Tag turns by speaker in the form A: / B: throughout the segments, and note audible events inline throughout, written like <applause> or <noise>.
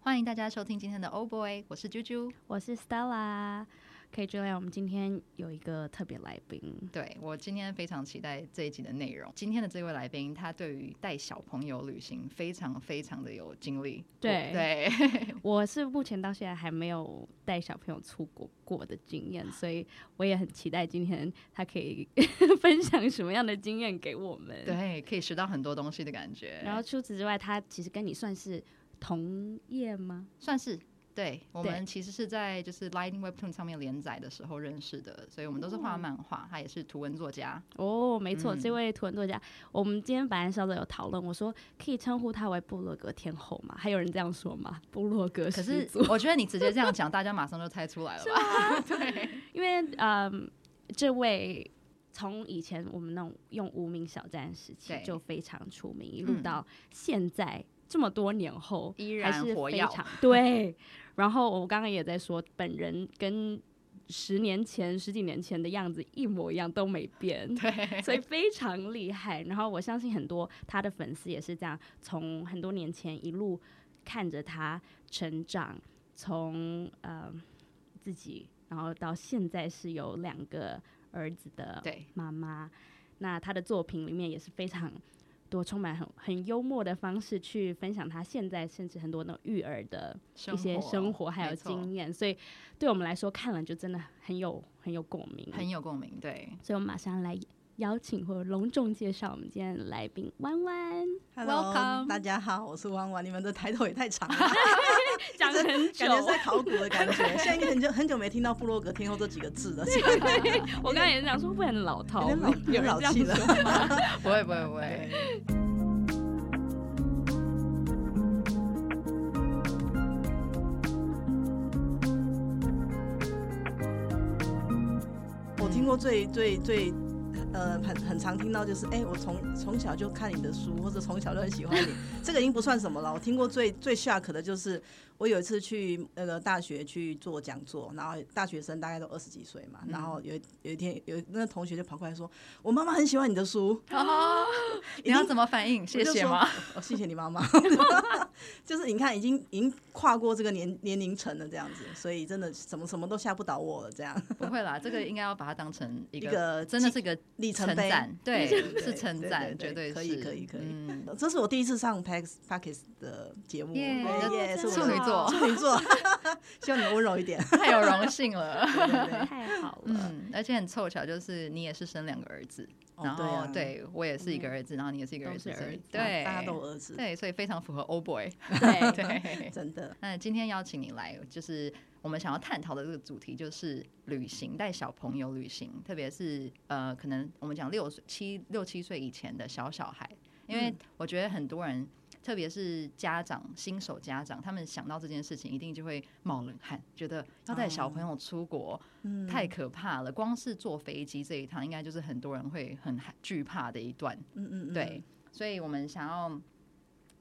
A: 欢迎大家收听今天的 O Boy，我是啾啾。
B: 我是 Stella。可以这样，我们今天有一个特别来宾，
A: 对我今天非常期待这一集的内容。今天的这位来宾，他对于带小朋友旅行非常非常的有经历。
B: 对
A: 对， <laughs>
B: 我是目前到现在还没有带小朋友出国过的经验，所以我也很期待今天他可以 <laughs> 分享什么样的经验给我们。，
A: 对，可以学到很多东西的感觉。
B: 然后除此之外，他其实跟你算是同业吗？
A: 算是对，我
B: 对
A: 们其实是在就是 Lightning Webtoon 上面连载的时候认识的，所以我们都是画漫画，他也是图文作家。
B: 哦，没错，
A: 嗯
B: 这位图文作家，我们今天本来稍早有讨论，我说可以称呼他为部落格天后嘛？还有人这样说吗？部落格
A: 可
B: 始
A: 是
B: 祖
A: 我觉得你直接这样讲，大家马上就猜出 <laughs> 来了吧？对，
B: 因为嗯，这位从以前我们那种用无名小站时期
A: 对
B: 就非常出名，一
A: 嗯
B: 路到现在、这么多年后，
A: 依
B: 还
A: 然
B: 是
A: 活
B: 非
A: 跃。 <laughs>
B: 常对。然后我刚刚也在说，本人跟十年前、十几年前的样子一模一样，都没变。
A: 对，
B: 所以非常厉害。然后我相信很多他的粉丝也是这样，从很多年前一路看着他成长，从呃自己，然后到现在是有两个儿子的
A: 对
B: 妈妈。那他的作品里面也是非常多充满很很幽默的方式去分享他现在甚至很多那种育儿的一些生活还有
A: 没错
B: 经验， <laughs> 所以对我们来说看了就真的很有很有共鸣，
A: 很有共鸣。 <laughs> 对，
B: 所以我们马上来邀请或隆重介绍我们今天的来宾弯弯，
C: Hello，
A: Welcome
C: 大家好，我是弯弯。你们的抬头也太长
B: <laughs>
C: 了，
B: 讲很久
C: 感，觉是在考古的感
B: <laughs>
C: 觉。现在应该很久很久没听到布洛格天后这几个字了，
B: 我刚才也是想说会很老套，
C: 有点老
B: 有
C: 有点
B: 人
C: 老
B: 这样
C: 气了
B: 说。
A: 不会不会不会。
C: 对 <laughs> 我听过最最最。呃，很很常听到就是，哎、我从从小就看你的书，或者从小就很喜欢你，这个已经不算什么了。我听过最最 shock 的就是，我有一次去那个大学去做讲座，然后大学生大概都二十几岁嘛，然后有一有一天有那个同学就跑过来说，我妈妈很喜欢你的书，
A: 哦， <laughs> 你要怎么反应？谢谢
C: <laughs>
A: 吗？
C: 哦，谢谢你妈妈。就是你看，已经已经跨过这个年年龄层了，这样子，所以真的什么什么都吓不倒我了。这样
A: 不会啦，这个应该要把它当成一
C: 一
A: 个。
C: 个
A: 真的
C: 记
A: 是个
C: 里
A: 称
C: 程碑。
A: 赞，对，
C: <laughs> 对
A: 是称赞，
C: 对
A: 绝
C: 对
A: 对
C: 可以
A: 是
C: 可以可以 <laughs>
A: 嗯，
C: 这是我第一次上 Pax Pax 的节目，
A: 耶
C: 对
A: 哦
C: 耶，是我
A: 处女
C: 的
A: 座
C: 处女座， <laughs> 希望你温柔一
A: <laughs>
C: 点。
A: 太有荣幸
C: <laughs>
A: 了。
C: 对对对
B: 太好了，
A: 嗯，而且很凑巧，就是你也是生两个儿子，
C: 哦
A: 然后、
C: 对啊
A: 对我也是一个
B: 嗯
A: 儿子，然后你也是一个
B: 都
A: 儿子，
B: 是
A: 所以
B: 儿子
A: 对，
C: 大家都有儿子，
A: 对，所以非常符合 O boy。
B: 对，
A: <laughs> 对，
C: 真的。
A: 那今天邀请你来，就是我们想要探讨的这个主题就是旅行，带小朋友旅行，特别是呃，可能我们讲六岁、七六七岁以前的小小孩，因为我觉得很多人。特别是家长、新手家长，他们想到这件事情，一定就会冒冷汗，觉得要带小朋友出国、
C: 嗯，
A: 太可怕了。光是坐飞机这一趟，应该就是很多人会很害惧怕的一段。
C: 嗯嗯嗯，
A: 对，所以我们想要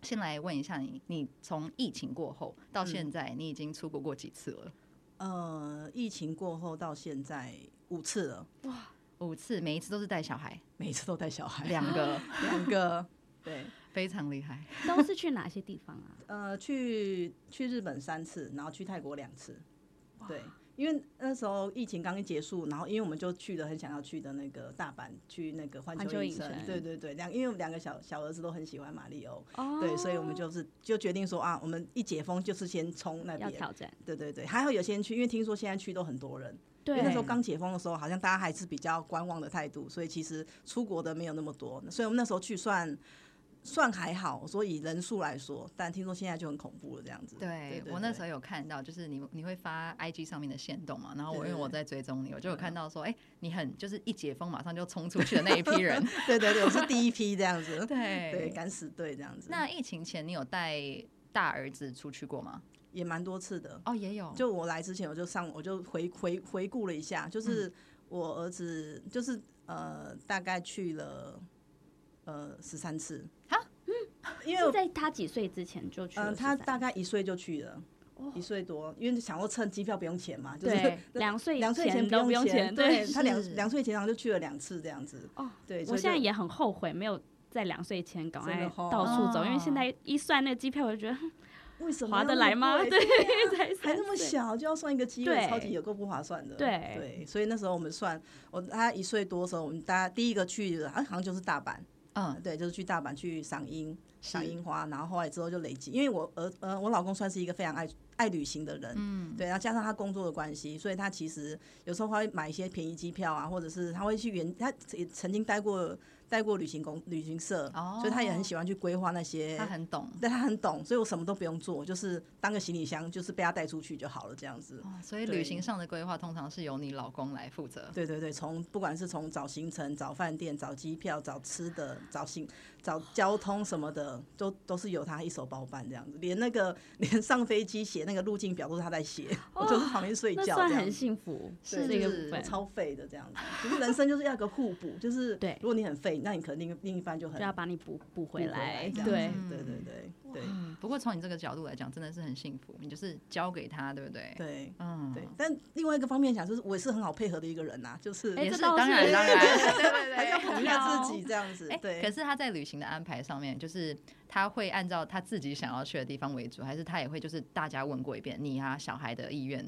A: 先来问一下你，你从疫情过后到现在，你已经出国过几次了？
C: 呃，疫情过后到现在五次了，
A: 五次，每一次都是带小孩， <laughs>
C: 每一次都带小孩，
A: 两个，
C: 两个，对。
A: 非常厉害。
B: 都是去哪些地方啊？
C: 呃，去去日本三次，然后去泰国两次。对，因为那时候疫情刚一结束，然后因为我们就去了很想要去的那个大阪，去那个环
B: 环球
C: 球影
B: 影
C: 城
B: 城。
C: 对对对，两因为我们两个小小儿子都很喜欢马里奥，
B: 哦
C: 对，所以我们就是就决定说啊，我们一解封就是先冲那
B: 要
C: 边。
B: 挑战，
C: 对对对，还好有些人去，因为听说现在去都很多人。因
B: 对
C: 为那时候刚解封的时候，好像大家还是比较观望的态度，所以其实出国的没有那么多，所以我们那时候去算算还好，所以人数来说，但听说现在就很恐怖了这样子。
A: 对
C: 对
A: 我那时
C: 候
A: 候有看到，就是你你会发 IG 上面的线动嘛，然后我
C: 对
A: 因为
C: 对
A: 我
C: 对
A: 在追踪你，我就有看到说，哎、你很就是一解封马上就冲出去的那一批人。
C: 对对对，我是第一批这样子，
A: <laughs> 对
C: 对，敢死队这样
A: <laughs>
C: 子，
A: 那疫情前你有带大儿子出去过吗？
C: 也蛮多次的。
A: 哦，也有，
C: 就我来之前，我就上我就回回回顾了一下，就是
A: 嗯
C: 我儿子就是呃大概去了呃十三次
A: 哈，
C: 因为
B: 是在他几岁之前就去
C: 嗯、
B: 了13，哦
C: 他大概一岁就去了，一岁多，因为想要趁机票不用钱嘛，就是
B: 对
C: 那 <laughs>
B: 两岁
C: 两岁以前
B: 都不
C: 用
B: 钱，
C: 对
B: 对
C: 他
A: 是
C: 两两岁前好像就去了两次这样子，
B: 哦，
C: 对，所
B: 我
C: 以
B: 现在
C: 就
B: 也很后悔没有在两岁前赶
C: 真
B: 快
C: 的哦
B: 到处走，因为现
A: 哦
B: 在一算那个机票，我就觉得哼 <laughs>
C: 为什么
B: 划
C: 要
B: 得
C: 那么
B: 来吗？ <laughs>
C: 贵
B: 对，才
C: 还
B: 三
C: 那么
B: 岁，
C: 小就要算一个机
B: 对
C: 会，超级有够不划算的。
B: 对
C: 对，所以那时候我们算，我他一岁多的时候，我们大家第一个去的，啊，好像就是大阪，
A: 嗯，
C: 对，就是去大阪去赏樱，赏
A: 是
C: 樱花，然后后来之后就累积，因为我儿呃我老公算是一个非常爱爱旅行的人，嗯，对，然后加上他工作的关系，所以他其实有时候他会买一些便宜机票啊，或者是他会去原他也曾经待过待过旅行公旅行社，
A: 哦
C: 所以他也很喜欢去规划那些
A: 他很懂，
C: 但他很懂，所以我什么都不用做，就是当个行李箱，就是被他带出去就好了，这样子。
A: 哦所以
C: 对
A: 旅行上的规划通常是由你老公来负责。
C: 对对对，从不管是从找行程、找饭店、找机票、找吃的、找行、找交通什么的，都都是由他一手包办这样子。连那个连上飞机写那个路径表都是他在写，我就是旁边睡
B: 哦那
C: 觉
B: 算
C: 这样
B: 很欸
C: 子。
B: 幸福，
A: 是
B: 这个
A: 是
B: 部分
C: 超废的这样子，可是人生就是要有个互补，就是
B: <laughs> 对
C: 如果你很废，那你可能另一另一半就很
B: 就要把你补补
C: 不
B: 回来，
C: 这样子
B: 对
A: 嗯
C: 对对对对
A: 嗯，不过从你这个角度来讲，真的是很幸福，你就是交给他，对不对？，
C: 对
A: 嗯，
C: 对。但另外一个方面讲，就是我也是很好配合的一个人呐、啊就是
B: 哎
A: 也
B: 这
A: 是
B: 倒
A: 当然
B: 是
A: 当然，对对对，
C: 还是要捧一下自己这样子
A: 哎、。
C: 对，
A: 可是他在旅行的安排上面，就是他会按照他自己想要去的地方为主，还是他也会就是大家问过一遍你啊小孩的意愿？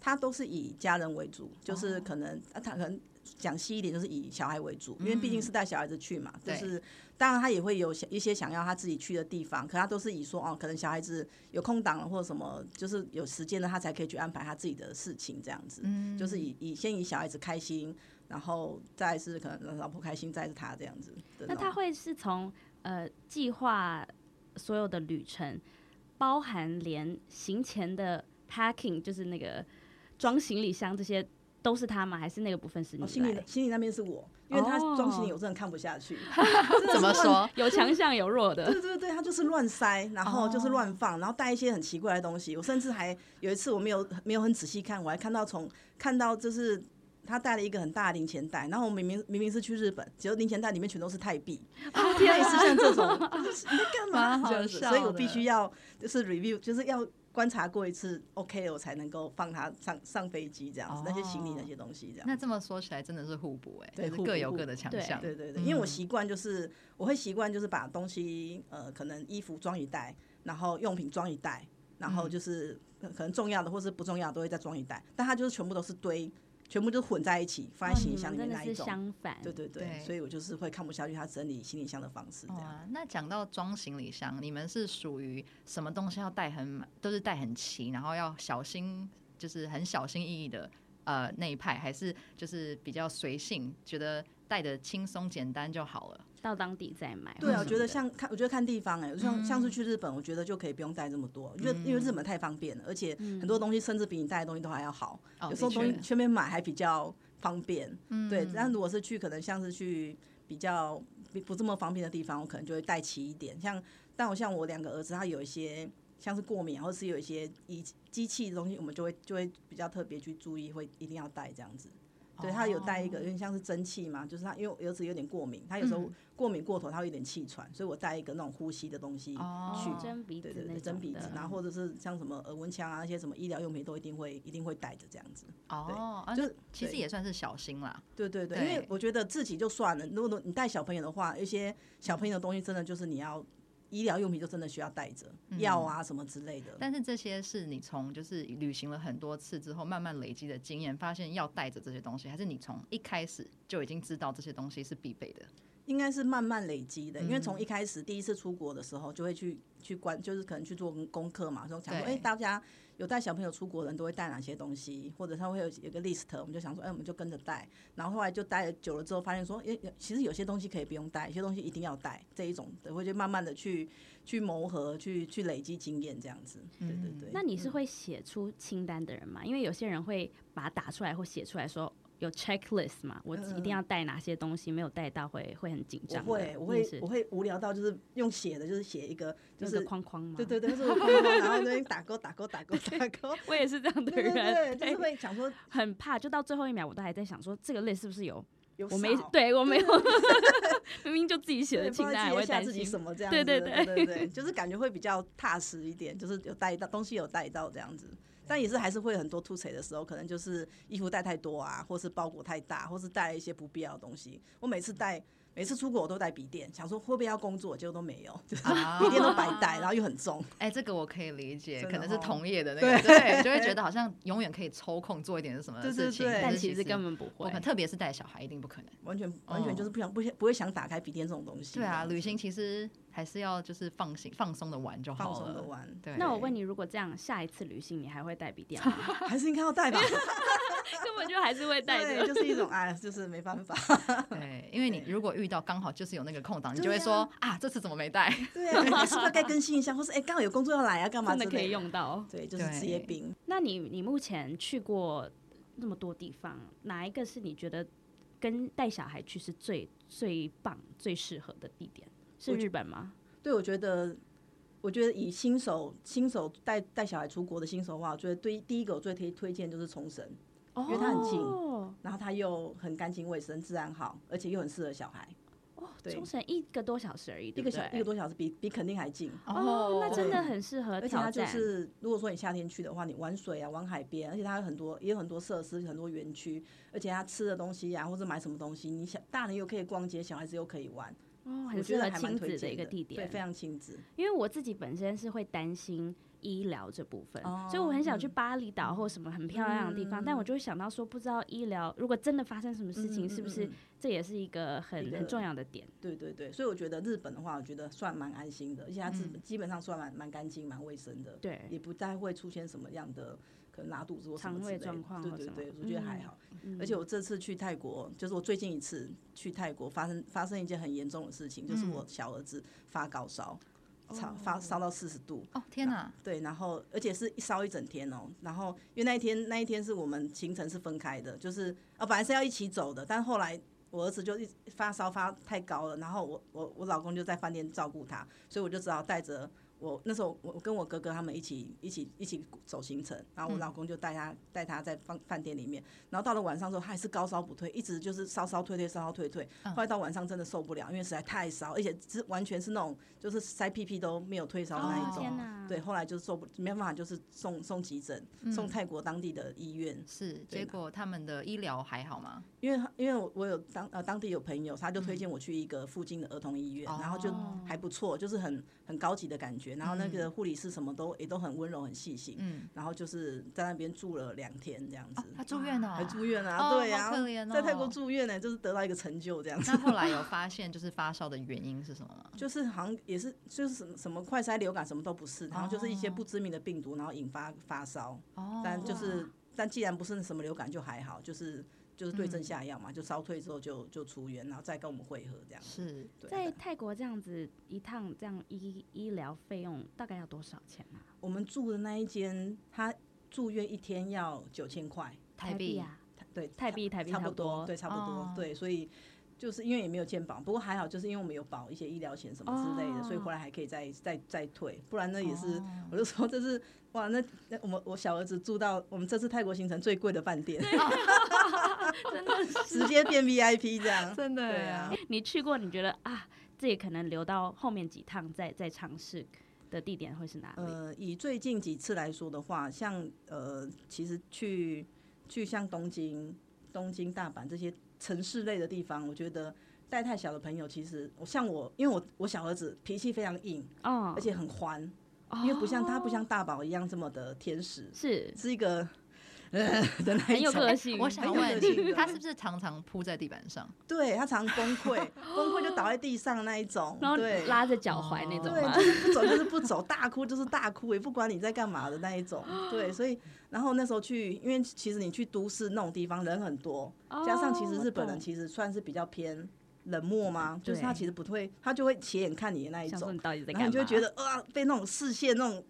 C: 他都是以家人为主，就是可能、啊、他可能讲细一点，就是以小孩为主，因为毕竟是带小孩子去嘛。就
A: 对
C: 是当然他也会有想一些想要他自己去的地方，可他都是以说哦，可能小孩子有空档了或者什么，就是有时间了，他才可以去安排他自己的事情这样子。
A: 嗯
C: 就是以以先以小孩子开心，然后再来是可能让老婆开心，再来是他这样子的
B: 那
C: 种。
B: 他会是从呃计划所有的旅程，包含连行前的 packing，就是那个装行李箱这些，都是他吗？还是那个部分是你
C: 哦，心
B: 来？
C: 里心里那边是我，因为他
B: 哦
C: 装行李我真的看不下去。
A: 怎么说？
B: 有强项有弱的，
C: 对对对，他就是乱塞，然后就是
A: 哦
C: 乱放，然后带一些很奇怪的东西。我甚至还有一次我没有没有很仔细看，我还看到从看到就是他带了一个很大的零钱袋，然后我明明明明是去日本，结果零钱袋里面全都是泰币，类似像这种，
A: <laughs>
C: 就是你在干
A: 哦
C: 嘛
A: 啊蛮好
C: 这样子？
A: 笑
C: 所以我
A: 的
C: 必须要就是 review，就是要。观察过一次，OK，我才能够放他上上飞机这样子，那些行李
A: 哦
C: 那些东西这样。
A: 那这么说起来，真的是互补哎、
C: 对
A: 就是
C: 互补
A: 各有
C: 互
A: 各
C: 补
A: 的强
B: 对
A: 项。
C: 对对对，因为
A: 嗯
C: 我习惯就是我会习惯就是把东西呃，可能衣服装一袋，然后用品装一袋，然
B: 嗯
C: 后就是、呃可能重要的或是不重要的都会再装一袋，但它就是全部都是堆，全部就混在一起放在
B: 哦
C: 行
B: 你
C: 李箱
B: 们真
C: 里面
B: 的
C: 那一
B: 是
C: 种。
B: 相反，
C: 对对对，
A: 对
C: 所以我就是会看不下去他整理行李箱的方式这
B: 哦
C: 样。
A: 哇，那讲到装行李箱，你们是属于什么东西要带很满，都是带很齐，然后要小心，就是很小心翼翼的呃那一派，还是就是比较随性，觉得带的轻松简单就好了？
B: 到当地再买。
C: 对
B: 或
C: 啊，我
B: 什
C: 觉
B: 么
C: 得
B: 的
C: 像看，我觉得看地方哎、像像是去日本，我觉得就可以不用带这么多，因为因为
B: 嗯
C: 日本太方便了，而且很多东西甚至比你带的东西都还要好。
A: 哦，
C: 有时候
A: 的
C: 东西
A: 确嗯
C: 去那边买还比较方便，对。但如果是去可能像是去比较比不这么方便的地方，我可能就会带齐一点。像但我像我两个儿子，他有一些像是过敏，啊或者是有一些仪机器的东西，我们就会就会比较特别去注意，会一定要带这样子。对他有带一个有点像是蒸汽嘛，就是他因为我儿子有点过敏，他有时候
A: 哦嗯
C: 过敏过头，他会有点气喘，所以我带一个那种呼吸的东西
A: 哦
C: 去
B: 哦，针鼻
C: 对
B: 子
C: 对
B: 那
C: 对，针
B: 种
C: 鼻子
A: 嗯
B: 的，
C: 然后或者是像什么耳温枪啊那些什么医疗用品都一定会一定会带着这样子。
A: 哦，啊
C: 就
A: 那其实
C: 对嗯
A: 也算是小心啦。
C: 对对对，
A: 对
C: 因为我觉得自己就算了，如果你带小朋友的话，一些小朋友的东西真的就是你要医疗用品就真的需要带着、药啊什么之类的。
A: 但是这些是你从就是旅行了很多次之后慢慢累积的经验，发现要带着这些东西，还是你从一开始就已经知道这些东西是必备
C: <laughs>
A: 的？
C: 应该是慢慢累积的，因为
B: 嗯
C: 从一开始第一次出国的时候，就会去去关，就是可能去做功课嘛，说想说，哎、
A: 对
C: 大家有带小朋友出国的人都会带哪些东西，或者他会有有个 list，我们就想说，哎、我们就跟着带，然后后来就带了久了之后，发现说，哎、其实有些东西可以不用带，有些东西一定要带，这一种的，会就慢慢的去去磨合，去去累积经验这样子，对对对。
B: 嗯那你是会写出清单的人吗？因为有些人会把它打出来或写出来说有 checklist 嘛，我一定要带哪些东西，没有带到会会很紧
C: 嗯我
B: 张的。
C: 会，我
B: 你也
C: 会
B: 是，
C: 我会无聊到就是用写的，就是写一个，就
B: 就是是框框吗？
C: 对对对，就是我框框然后在那边打勾打勾打
B: <laughs>
C: 勾打勾，
B: 我也是这样的
C: 对对对，
B: 人，哎
C: 就是会想说
B: 很怕，就到最后一秒，我都还在想说这个类是不是有，
C: 有
B: 我没
C: 少
B: 对我没有， <laughs> 明明就自己写
C: 对
B: 的
C: 不知
B: 清
C: 道
B: 单，
C: 自
B: 我
C: 己
B: 会
C: 在吓
B: 担
C: 自己
B: 心。
C: 什么这样
B: 对
C: 子，
B: 对
C: 对
B: 对 <laughs>
C: 对对，就是感觉会比较踏实一点，就是有带到东西有带到这样子。但也是还是会很多吐槽的时候，可能就是衣服带太多啊，或是包裹太大，或是带了一些不必要的东西。我每次带每次出国我都带笔电，想说会不会要工作，结果都没有，就是
A: 啊
C: 笔电都白带，然后又很重。
A: 哎，这个我可以理解，
C: 真的
A: 可能是
C: 哦
A: 同业的那个，对，就会觉得好像永远可以抽空做一点什么
C: 对对
A: 事情，
C: 对
A: 可
B: 但
A: 是
B: 其
A: 其
B: 实根
A: 本
B: 本不
A: 我
B: 会
A: 可。特别是带小孩，一定不可能。
C: 完全完全就是不想不想不会想打开笔电这种东西。
A: 对啊，
C: 这样
A: 旅行其实还是要就是放心放松的玩就
C: 放
A: 好
C: 松的
A: 了。
C: 玩，
A: 对，
B: 那我问
A: 你，
B: 你，如果这样，下一次旅行你还会带笔电吗？ <laughs>
C: 还是应该要带吧？
B: 根本就还是会带
C: 对，
B: 着。
C: 就是一种哎，就是没办法。
A: 对，因为你如果遇到刚好就是有那个空档，你就
C: 对
A: 会说
C: 啊
A: 啊，这次怎么没带？
C: 对啊，哎是不是该更新一下？或
B: <laughs>
C: 是哎，刚好有工作要来啊，干嘛
B: 真
C: 之
B: 的
C: 类
B: 可以。用到。
C: 对，就是
A: 对
C: 职业病。
B: 那你你目前去过那么多地方，哪一个是你觉得跟带小孩去是最最棒、最适合的地点？是
C: 我觉
B: 日本吗？
C: 对，我觉得，我觉得以新手新手带带小孩出国的新手的话，我觉得对第一个我最推推荐就是冲绳，
B: 因
C: 为它很近
B: 哦，
C: 然后它又很干净卫生，治安好，而且又很适合小孩。
B: 哦
C: 对
B: 冲绳一个多小时而已，
C: 一
B: 对
C: 个
B: 不
C: 小
B: 对？
C: 一个多小时比比肯定还近。
A: <laughs>
B: 哦，那真的
C: 对
B: 很适合
C: 而且
B: 挑
C: 它就
B: 战。
C: 是，如果说你夏天去的话，你玩水啊，玩海边，而且它有很多也有很多设施，很多园区，而且它吃的东西呀、或者买什么东西，你想大人又可以逛街，小孩子又可以玩，
B: 哦，
C: 我
B: 很
C: 觉
B: 适
C: 得
B: 合
C: 还蛮
B: 亲
C: 推
B: 子的
C: 荐
B: 一个地点，
C: 对，非常亲子。
B: 因为我自己本身是会担心医疗这部分，
C: 哦
B: 所以我很想去
C: 嗯
B: 巴厘岛或什么很漂亮的地方，但我
C: 嗯
B: 就会想到说，不知道医疗如果真的发生什么事情，
C: 嗯
B: 是不是
C: 嗯嗯
B: 这也是一个很
C: 一个
B: 很重要的点？
C: 对对对，所以我觉得日本的话，我觉得算蛮安心的，而且它基本、基本上算蛮蛮干净、蛮卫生的，
B: 嗯对，
C: 也不太会出现什么样的可能拉肚子或什么
B: 肠
C: 之
B: 胃
C: 类的
B: 状况
C: 对
B: 或
C: 对
B: 什么
C: 对，我觉得还好。
B: 嗯
C: 而且我这次去泰国，就是我最近一次去泰国，发生发生一件很严重的事情，
B: 嗯
C: 就是我小儿子发高烧，
B: 哦
C: 烧、发烧到四十度，
A: 哦天哪，
C: 对，然后而且是一烧一整天哦。然后因为那一天那一天是我们行程是分开的，就是啊本来是要一起走的，但后来我儿子就一直发烧发太高了，然后我我我老公就在饭店照顾他，所以我就只好带着。我那时候我我跟我哥哥他们一起一起一起走行程，然
B: 嗯
C: 后我老公就带他带他在饭饭店里面，然后到了晚上之后他还是高烧不退，一直就是烧烧退退烧烧退退，
B: 嗯
C: 后来到晚上真的受不了，因为实在太烧，而且是完全是那种就是塞屁屁都没有退烧的那一
A: 哦
C: 种，
B: 天哪，
C: 对，，后来就受不没办法，就是送送急诊，
A: 嗯
C: 送泰国当地的医院，
A: 是
C: 对
A: 结果他们的医疗还好吗？
C: 因为因为我我有当呃当地有朋友，他就
A: 嗯
C: 推荐我去一个附近的儿童医院，然后就
B: 哦
C: 还不错，就是很很高级的感觉，然后那个护理师什么都也都很温柔很细心，
A: 嗯，
C: 然后就是在那边住了两天这样子，
A: 他住院
C: 还
A: 哦，
C: 住院啊，
A: 哦
C: 对
A: 好
C: 啊，
A: 可怜哦
C: 在泰国住院呢、就是得到一个成就这样子。
A: 那后来有发现就是发烧的原因是什么吗？
C: 就是好像也是就是什么什么快筛流感什么都不是，然后就是一些
A: 哦
C: 不知名的病毒，然后引发发烧，
A: 哦，
C: 但就
B: 哇
C: 是，但既然不是什么流感，就还好，就是就是对
B: 嗯
C: 症下药嘛，就烧退之后就就出院，然后再跟我们会合这样。
A: 是
C: 对，
B: 在
C: 对
B: 泰国这样子一趟这样医医疗费用大概要多少钱啊？
C: 我们住的那一间，他住院一天要九千块，
A: 台
B: 币
A: 币，
B: 啊，
C: 他对，
B: 泰币台币
C: 差不
B: 多，
C: 对，差不多，
A: 哦
C: 对，所以。就是因为也没有健保，不过还好，就是因为我们有保一些医疗险什么之类的，
B: 哦
C: 所以回来还可以再再再退，不然那也是，
A: 哦
C: <laughs> 我就说这是哇，那那我们我小儿子住到我们这次泰国行程最贵的饭店，
B: 真的是。
C: 直接变 VIP
B: <laughs>
C: 这样，
A: 真的
C: 对啊
A: 耶，
B: 你去过，你觉得啊，这也可能留到后面几趟再再尝试的地点会是哪里？
C: 呃，以最近几次来说的话，像呃，其实去去像东京、东京、大阪这些城市类的地方，我觉得带太小的朋友，其实我像我，因为我我小儿子脾气非常硬，
B: 哦，
C: 而且很欢，因为不像他不像大宝一样这么的天使，
B: 是
C: 是一个呃的那
B: 很
C: 一
B: 有
C: 种
B: 个性。
A: 我想
C: 很有
A: 问
C: 个性的
A: 他是不是常常铺在地板上？
C: <laughs> 对他常崩溃，崩溃就倒在地上那一种，
B: 然后
C: 对。
B: 拉着脚踝那种
C: 对，
B: 吗？ <laughs>
C: 就是不走就是不走，大哭就是大哭，也不管你在干嘛的那一种。对，所以然后那时候去，因为其实你去都市那种地方人很多，
B: 哦
C: 加上其实日本人
B: 实
C: 其实算是比较偏冷漠嘛，就是他
B: 对
C: 其实不会，他就会斜眼看你的那一
B: 想说
C: 种
B: 你，到底在干
C: 然
B: 嘛？
C: 后你就会觉得啊、被那种视线那种。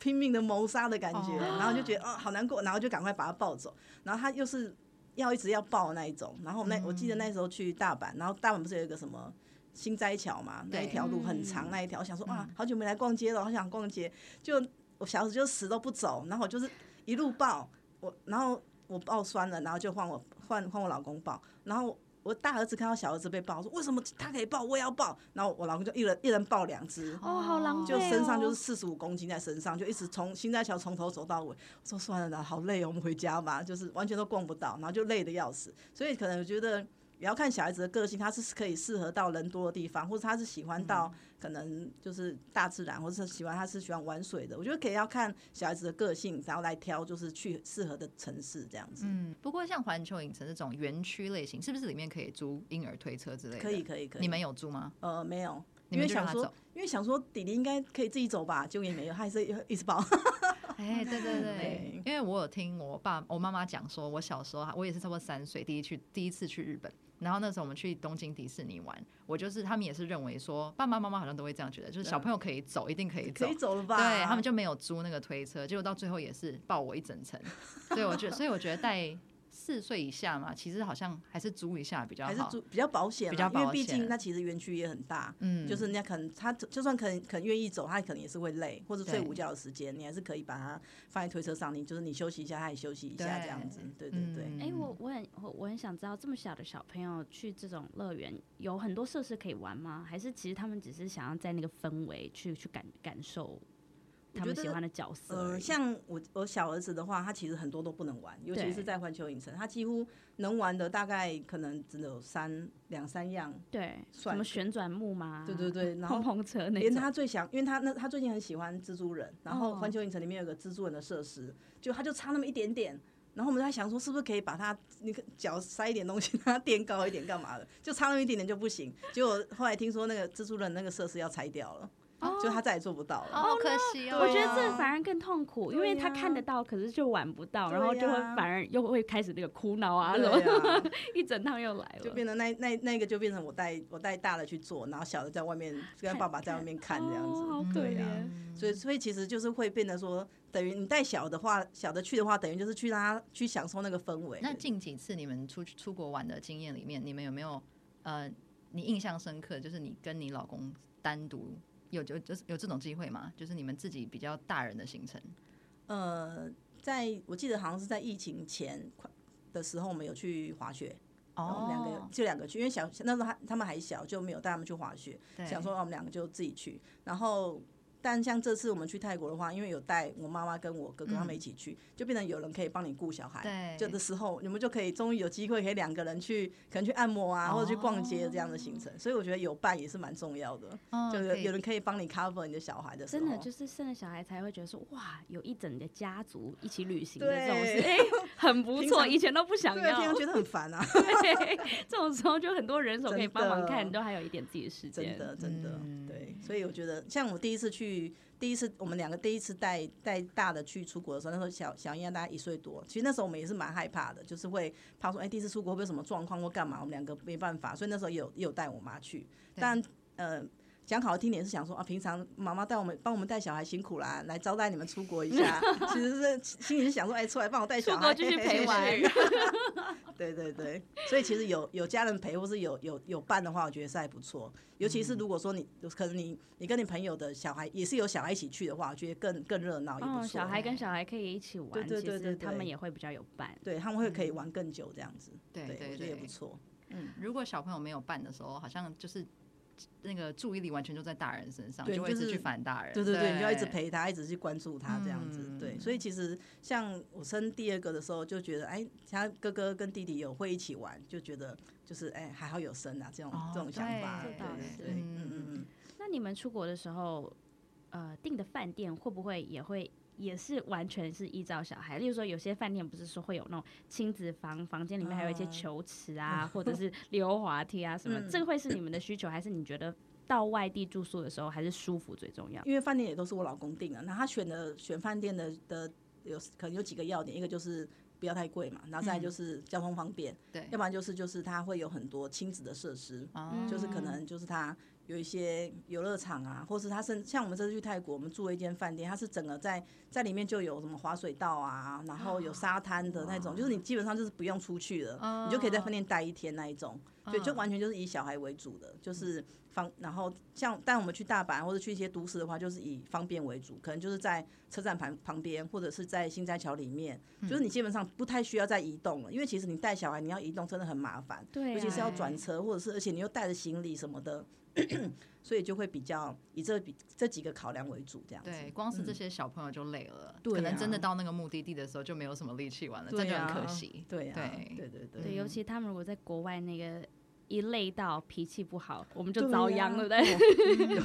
C: 拼命的谋杀的感觉，
A: 哦
C: 然后就觉得哦好难过，然后就赶快把他抱走，然后他又是要一直要抱的那一种，然后我们那、我
B: 嗯
C: 记得那时候去大阪，然后大阪不是有一个什么新斋桥嘛，那一
A: 对
C: 条路很
B: 嗯
C: 长那一条，我想说哇好久没来逛街了，好想逛街，就我小时就死都不走，然后我就是一路抱我，然后我抱酸了，然后就换我换换我老公抱，然后。我大儿子看到小儿子被抱，说为什么他可以抱，我也要抱。然后我老公就一人一人抱两只，
B: 哦，好哦狼狈，
C: 就身
A: 哦
C: 上就是。四十五公斤在身上，就一直从新在桥从头走到尾。我说算了啦，好累哦，我们回家吧，就是完全都逛不到，然后就累得要死。所以可能我觉得也要看小孩子的个性，他是可以适合到人多的地方，或者他是喜欢
A: 嗯
C: 到可能就是大自然，或者是喜欢他是喜欢玩水的。我觉得可以要看小孩子的个性，然后来挑就是去适合的城市这样子。
A: 嗯，不过像环球影城这种园区类型，是不是里面可以租婴儿推车之类的？
C: 可以，可以，可以。
A: 你们有租吗？
C: 呃没有，
A: 你
C: 因
A: 们
C: 为
A: 就让他
C: 想说
A: 走。，
C: 因为想说弟弟应该可以自己走吧，结果也没有，他还是一直抱。
A: <laughs>
C: <laughs>
A: 哎，对对对
C: 对，
A: 因为我有听我爸我妈妈讲说，我小时候我也是差不多三岁，第一去第一次去日本。然后那时候我们去东京迪士尼玩，我就是他们也是认为说，爸爸妈妈好像都会这样觉得，就是小朋友可以走，一定可以走
C: 可以，走了吧？
A: 对他们就没有租那个推车，结果到最后也是抱我一整
C: <laughs>
A: 层，所以我觉得，所以我觉得带四岁以下嘛，其实好像还是租一下比较好，
C: 还是租比较保险啦，
A: 比较
C: 因
A: 保
C: 为毕
A: 险
C: 竟那其实园区也很大，
A: 嗯，
C: 就是人家可能他就算可能可能愿意走，他可能也是会累，或者
A: 对
C: 睡午觉的时间，你还是可以把它放在推车上，你就是你休息一下，他也休息一下
A: 对
C: 这样子。对对对，
A: 嗯
B: 哎、我我很我我很想知道，这么小的小朋友去这种乐园，有很多设施可以玩吗？还是其实他们只是想要在那个氛围去去感感受他们
C: 觉
B: 喜
C: 得
B: 欢的角色而已？
C: 呃，像我我小儿子的话，他其实很多都不能玩，尤其
B: 对
C: 是在环球影城，他几乎能玩的大概可能只有三两三样。
B: 对什
C: 算
B: 么
C: 是
B: 旋转木马，啊
C: 对对对然
B: 碰
C: 后
B: 碰车那
C: 连
B: 种，
C: 他最想，因为他那他最近很喜欢蜘蛛人，然后
B: 哦
C: 环球影城里面有个蜘蛛人的设施，就他就差那么一点点，然后我们在想说是不是可以把他那个脚塞一点东西，让 <laughs> 他垫高一点干嘛的，就差那么一点点就不行。结果后来听说那个蜘蛛人那个设施要拆掉了，就他再也做不到
A: 哦，
C: 了。
A: 好可惜哦，
B: 我觉得
C: 对
B: 这
C: 啊
B: 反而更痛苦，因为他看得到，可是就玩不到，然
C: 对
B: 后就会
C: 呀
B: 反而又会开始那个哭闹啊，
C: 对
B: 什么 <laughs>
C: 啊，
B: 一整趟又来
C: 就
B: 了。
C: 变成那那那个就变成我带我带大的去做，然后小的在外面跟爸爸在外面看这样子。
B: 哦、好
A: 嗯
B: 可
C: 对
B: 怜。
C: 啊所以，所以其实就是会变得说，等于你带小的话，小的去的话，等于就是去让他去享受那个氛围。
A: 那近几次你们出去出国玩的经验里面，你们有没有呃，你印象深刻，就是你跟你老公单独有有就是有这种机会吗？就是你们自己比较大人的行程，
C: 呃，在我记得好像是在疫情前快的时候，我们有去滑雪，
A: 哦
C: 然后我们哦两个就两个去，因为小那时候他他们还小，就没有带他们去滑雪，
A: 对
C: 想说啊我们两个就自己去。然后，但像这次我们去泰国的话，因为有带我妈妈跟我哥哥他们一起去，就变成有人可以帮你顾小孩。
A: 嗯对，
C: 就的时候，你们就可以终于有机会可以两个人去，可能去按摩
A: 哦
C: 啊，或者去逛街这样的行程。所以我觉得有伴也是蛮重要的，
A: 哦
C: 就
A: 可
C: 是
A: 以
C: 有人可以帮你 cover 你的小孩的时候。
B: 真的就是生了小孩才会觉得说哇，有一整个家族一起旅行的这种事，
C: 对
B: 哎、 <laughs> 很不
C: 平
B: 错，
C: 常
B: 以前都不想
C: 对，
B: 要
C: 平。常觉得很烦啊。 <laughs>
B: 对，这种时候就很多人手可以
C: 真
B: 帮忙
C: 的
B: 看，都还有一点自己的时间。
C: 真的，真的，
A: 嗯
C: 对，所以我觉得，像我第一次去，第一次我们两个第一次带带大的去出国的时候，那时候小小啊燕大概一岁多，其实那时候我们也是蛮害怕的，就是会怕说，哎、第一次出国会不会有什么状况或干嘛，我们两个没办法，所以那时候也有也有带我妈去，
A: 对
C: 但呃。讲好听点是想说啊，平常妈妈带我们帮我们带小孩辛苦啦，来招待你们出国一下， <laughs> 其实是心里是想说，哎、出来帮我带小
B: 出
C: 孩，
B: 国
C: <laughs>
B: 继续陪玩， <laughs>
C: 对对对，所以其实有有家人陪或是有有有伴的话，我觉得是还不错。尤其是如果说你、可能你你跟你朋友的小孩也是有小孩一起去的话，我觉得更更热闹也不错。哎
B: 哦，小孩跟
A: 对
B: 小孩可以一起玩，
C: 对
B: 其
C: 对
B: 实
C: 对
B: 他们
C: 对
B: 也会比较有伴。
C: 对他们会可以玩更久这样子，
A: 对
C: 对我
A: 对
C: 觉得也不错。
A: 如果小朋友没有伴的时候，好像就是那个注意力完全就在大人身上，
C: 对
A: 就会一
C: 就
A: 直
C: 是
A: 去烦大人。
C: 对对对，你就要一直陪他，一直去关注他这样子。
A: 嗯
C: 对，所以其实像我生第二个的时候，就觉得哎，他哥哥跟弟弟有会一起玩，就觉得就是哎还好有生啊这种、
A: 哦
C: 这种想法。
A: 对
C: 对
B: 这倒
C: 对
B: 是
C: 对，嗯嗯嗯。
B: 那你们出国的时候，呃，订的饭店会不会也会也是完全是依照小孩？例如说，有些饭店不是说会有那种亲子房，房间里面还有
C: <laughs>
B: 一些
C: 啊
B: 球池啊，或者是溜滑梯啊什么，
C: 嗯
B: 这个会是你们的需求，还是你觉得到外地住宿的时候还是舒服最重要？
C: 因为饭店也都是我老公订的，那他选的选饭店的的有可能有几个要点，一个就是不要太贵嘛，然后再来就是交通方便，
A: 对
C: 要不然就是就是它会有很多亲子的设施，
A: 哦
C: 就是可能就是它有一些游乐场啊，或是它甚像我们这次去泰国，我们住了一间饭店，它是整个在在里面就有什么滑水道啊，然后有沙滩的那种，就是你基本上就是不用出去了，你就可以在饭店待一天那一种，所以就完全就是以小孩为主的，就是方，然后像但我们去大阪或者去一些都市的话，就是以方便为主，可能就是在车站旁旁边，或者是在新斋桥里面，就是你基本上不太需要再移动了，因为其实你带小孩你要移动真的很麻烦，
B: 对啊
C: 尤其是要转车，或者是而且你又带着行李什么的， <coughs> 所以就会比较以这比这几个考量为主，这样子。
A: 对，光是这
C: 嗯
A: 些小朋友就累了，
C: 对
A: 可能
C: 啊
A: 真的到那个目的地的时候就没有什么力气玩了，这
C: 对
A: 就很
C: 啊
A: 可
C: <laughs>
A: 惜。
C: 对呀、
A: 对
C: 对对
B: 对，
C: 对，
B: 尤其他们如果在国外那个一累到脾气不好，我们就
C: 对啊
B: 遭
C: 呀
B: 殃，对不
C: <laughs>
B: 对？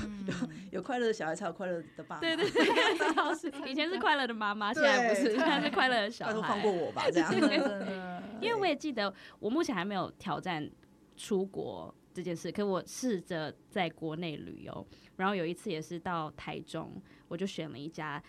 C: 有快乐的小孩才有快乐的爸
B: <laughs>
C: 妈。
B: 对对对，老师 <laughs> 以前是快乐的妈妈，现在不是，
C: 对
B: 现在是快乐的小
C: 拜托放
B: 孩
C: 过。我吧，这样。啊
A: 真的真的，
B: 因为我也记得，我目前还没有挑战出国这件事，可我试着在国内旅游，然后有一次也是到台中，我就选了一家，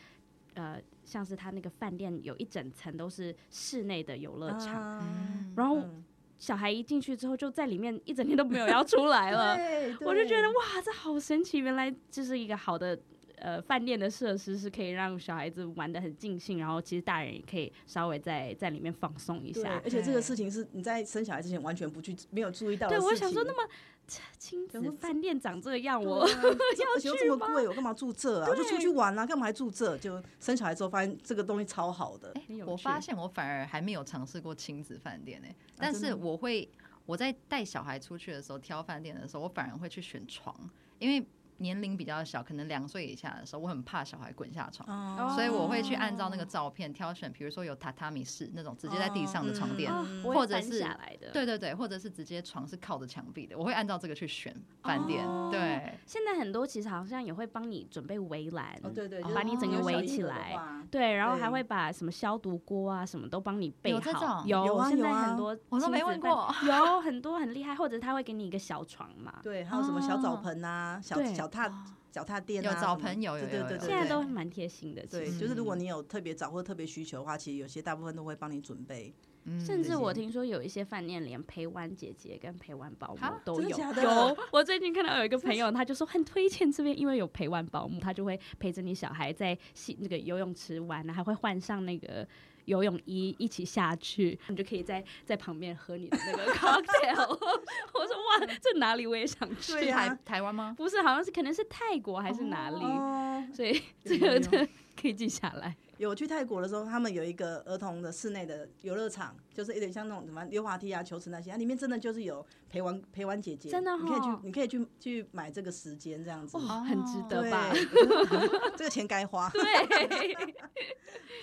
B: 呃，像是他那个饭店有一整层都是室内的游乐场，
C: 啊，
A: 嗯
B: 然后
C: 嗯
B: 小孩一进去之后就在里面一整天都没有要出来了，
C: 对
B: 呃我就觉得
C: 对
B: 哇，这好神奇！原来这是一个好的呃饭店的设施，是可以让小孩子玩的很尽兴，然后其实大人也可以稍微在在里面放松一
C: 对，
B: 下。
C: 而且这个
A: 对
C: 事情是你在生小孩之前完全不去没有注意到的
B: 对，
C: 事情。啊
B: 我想说，那么这亲子
C: 然后
B: 饭店长这样，
C: 对
B: <laughs> 我
C: 啊这而且又这么贵，我干嘛住这啊？我就出去玩啦、啊，干嘛还住这？就生小孩之后发现这个东西超好的，
A: 哎
B: 很有
A: 我发
B: 趣
A: 现我反而还没有尝试过亲子饭店呢、但
C: 啊真的
A: 是
C: 吗
A: 我会我在带小孩出去的时候挑饭店的时候，我反而会去选床，因为年龄比较小，可能两岁以下的时候，我很怕小孩滚下床。
B: 哦
A: 所以我会去按照那个照片挑选，比如说有榻榻米式那种直接在地上的床垫，
B: 啊
C: 嗯
B: 我
A: 或
B: 会
A: 者
B: 搬
A: 是
B: 下来的。，
A: 对对对，或者是直接床是靠着墙壁的，我会按照这个去选饭店。
B: 哦
A: 对，
B: 现在很多其实好像也会帮你准备围栏，
C: 哦对对，
A: 把
C: 就是
A: 你整
C: 有
A: 个
C: 小
B: 围
C: 婴
B: 起
C: 儿的
B: 来
C: 话
B: 对，然后还
C: 对
B: 会把什么消毒锅啊，什么都帮你备
A: 有这
B: 好。
A: 种
B: 有
C: 有啊
B: 现
C: 有
B: 在
C: 啊
B: 很多
A: 我都
B: 亲
A: 没
B: 子
A: 问
B: 饭
A: 过。
B: 有很多很厉害，或者他会给你一个小床嘛。
C: 对，还有什么小澡
A: 哦
C: 盆啊，小
B: 对
C: 小踏脚踏垫
A: 有
C: 啊，
A: 澡
C: 什么
A: 盆有有
C: 对
A: 有
C: 对对
A: 有
B: 现
C: 对，
B: 在都
C: 对
B: 蛮贴心的，其
C: 对，
B: 实。
C: 就是如果
A: 嗯
C: 你有特别早或特别需求的话，其实有些大部分都会帮你准备。
A: 嗯
B: <laughs> 甚至我
A: 这些
B: 听说有一些饭店连陪玩姐姐跟陪玩保姆
A: 哈
B: 都
C: 真
B: 有。
C: 的假的
B: 有，我最近看到有一个朋友，他就说很推荐这边，因为有陪玩保姆，他就会陪着你小孩在洗那个游泳池玩啊，还会换上那个游泳衣一起下去，你就可以在在旁边喝你的那个 cocktail。我 <laughs>
C: <laughs>
B: 说哇，这哪里我也想去。
C: 对
A: 是台
C: 呀
A: 台湾
B: <laughs>
A: 吗？
B: 不是，好像是可能是泰国还是哪里，
C: 哦，
B: 所以
C: 有
B: 这
C: 有
B: 个
C: 有
B: 这个可以记下来。
C: 有去泰国的时候，他们有一个儿童的室内的游乐场，就是有点像那种什么溜滑梯啊、球池那些，它里面真的就是有陪玩陪玩姐姐，
B: 真的
C: 你可以去
B: 哦，
C: 你可以去去买这个时间这样子，
B: 哇，很值
A: 对
B: 得吧？ <laughs>
C: 对 <laughs> 这个钱该花。
B: 对。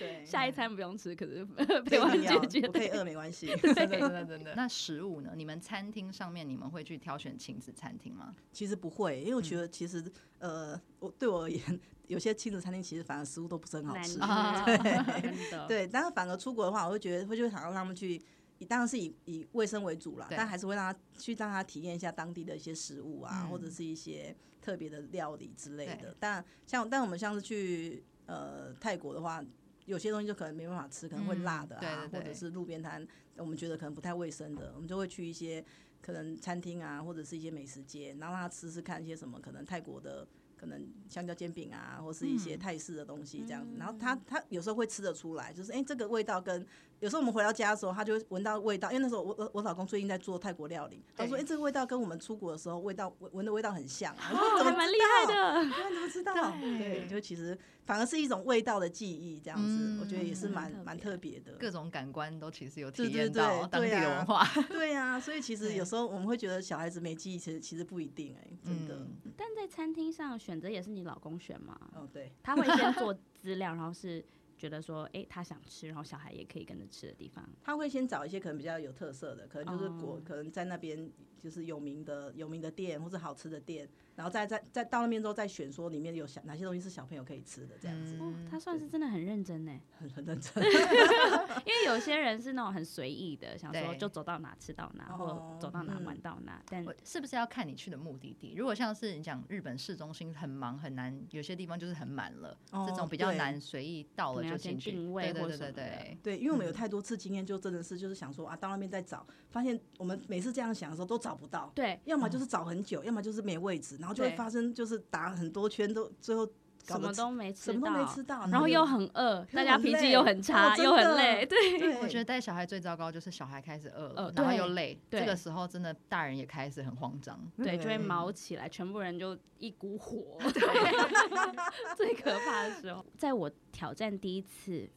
C: 对，
B: 下一餐不用吃，可是陪 <laughs>
C: 对
B: 玩
C: 一定要
B: 姐姐
C: 我可以饿没关系。 <laughs>
A: 真的真的真的。 <laughs> 那食物呢？你们餐厅上面你们会去挑选亲子餐厅吗？
C: 其实不会，
A: 嗯
C: 因为我觉得其实呃，我对我而言，有些亲子餐厅其实反而食物都不是很好
B: 难
C: 吃
B: 吃，。
A: 啊
B: 哦 <laughs> 真的。
C: 对，但是反而出国的话，我会觉得会就想让他们去，以当然是以以卫生为主啦，
A: 对
C: 但还是会让他去让他体验一下当地的一些食物啊，
A: 嗯
C: 或者是一些特别的料理之类
A: 对
C: 的。但像但我们像是去呃泰国的话。有些东西就可能没办法吃，可能会
A: 嗯
C: 辣的啊，
A: 对对对
C: 或者是路边摊，我们觉得可能不太卫生的，我们就会去一些可能餐厅啊，或者是一些美食街，然后让他吃吃看一些什么，可能泰国的可能香蕉煎饼啊，或是一些
A: 嗯
C: 泰式的东西这样子。然后他他有时候会吃得出来，就是哎、诶这个味道跟有时候我们回到家的时候，他就会闻到味道，因为那时候我我我老公最近在做泰国料理，他说
A: 对
C: 哎、诶这个味道跟我们出国的时候味道闻闻的味道很像啊，我说
B: 哦，
C: 怎
B: 还
C: 么知
B: 蛮厉
C: 道
B: 害的。
C: 对啊，你怎么知道？
A: 对
C: 对，就其实反而是一种味道的记忆，这样子，
A: 嗯
C: 我觉得也是蛮
B: 很特别
C: 蛮特别的。
A: 各种感官都其实有体
C: 对对
A: 验
C: 对
A: 到当地
C: 对
A: 的
C: 啊
A: 文化。
C: <laughs> 对啊，所以其实
A: 对
C: 有时候我们会觉得小孩子没记忆，其实其实不一定哎、真的。
A: 嗯
B: 但在餐厅上选择也是你老公选嘛？
C: 哦，对，
B: 他会先做资料，然后是觉得说，哎，他想吃，然后小孩也可以跟着吃的地方。
C: 他会先找一些可能比较有特色的，可能就是国，
B: 哦
C: 可能在那边就是有名的有名的店或者好吃的店，然后再再再到那边之后再选说里面有小哪些东西是小朋友可以吃的，这样子、
B: 哦，
A: 嗯
B: 他算是真的很认真呢，
C: <laughs> 很很认真。
B: 因为有些人是那种很随意的，想说
A: 对
B: 就走到哪吃到哪，或
C: 哦
B: 走到哪
C: 嗯
B: 玩到哪。但
A: 我是不是要看你去的目的地？如果像是你讲日本市中心很忙很难，有些地方就是很满了，
C: 哦
A: 这种比较
C: 对
A: 难随意到
B: 可
A: 了
B: 能
A: 就
B: 要
A: 进
B: 先
A: 去。
B: 定位
A: 对
B: 或
A: 对对
B: 什
A: 对
B: 么的
A: 对，
C: 对，因为我们有太多次经验，就真的是就是想说啊，到那边再找，发现我们每次这样想的时候都找不到，
B: 对，
C: 要么就是找很久，要么就是没位置，然后就会
B: 嗯对
C: 发生就是打很多圈都最后搞
B: 什
C: 得
B: 么都没
C: 什
B: 吃
C: 么都没
B: 到，
C: 吃到，
B: 然后
C: 就
B: 又很饿，大家
C: 很
B: 脾气
C: 累哦
B: 又很差，
C: 真
B: 又很
C: 的
B: 累。 <laughs> 对，
C: 对，
A: 我觉得带小孩最糟糕就是小孩开始饿了，
B: 饿
A: 然后
B: 对
A: 又累，
B: 对
A: 这个时候真的大人也开始很慌张。
B: 对，就会
C: 对
B: 毛起来，全部人就一股火。对，最可怕的时候，在我挑战第一次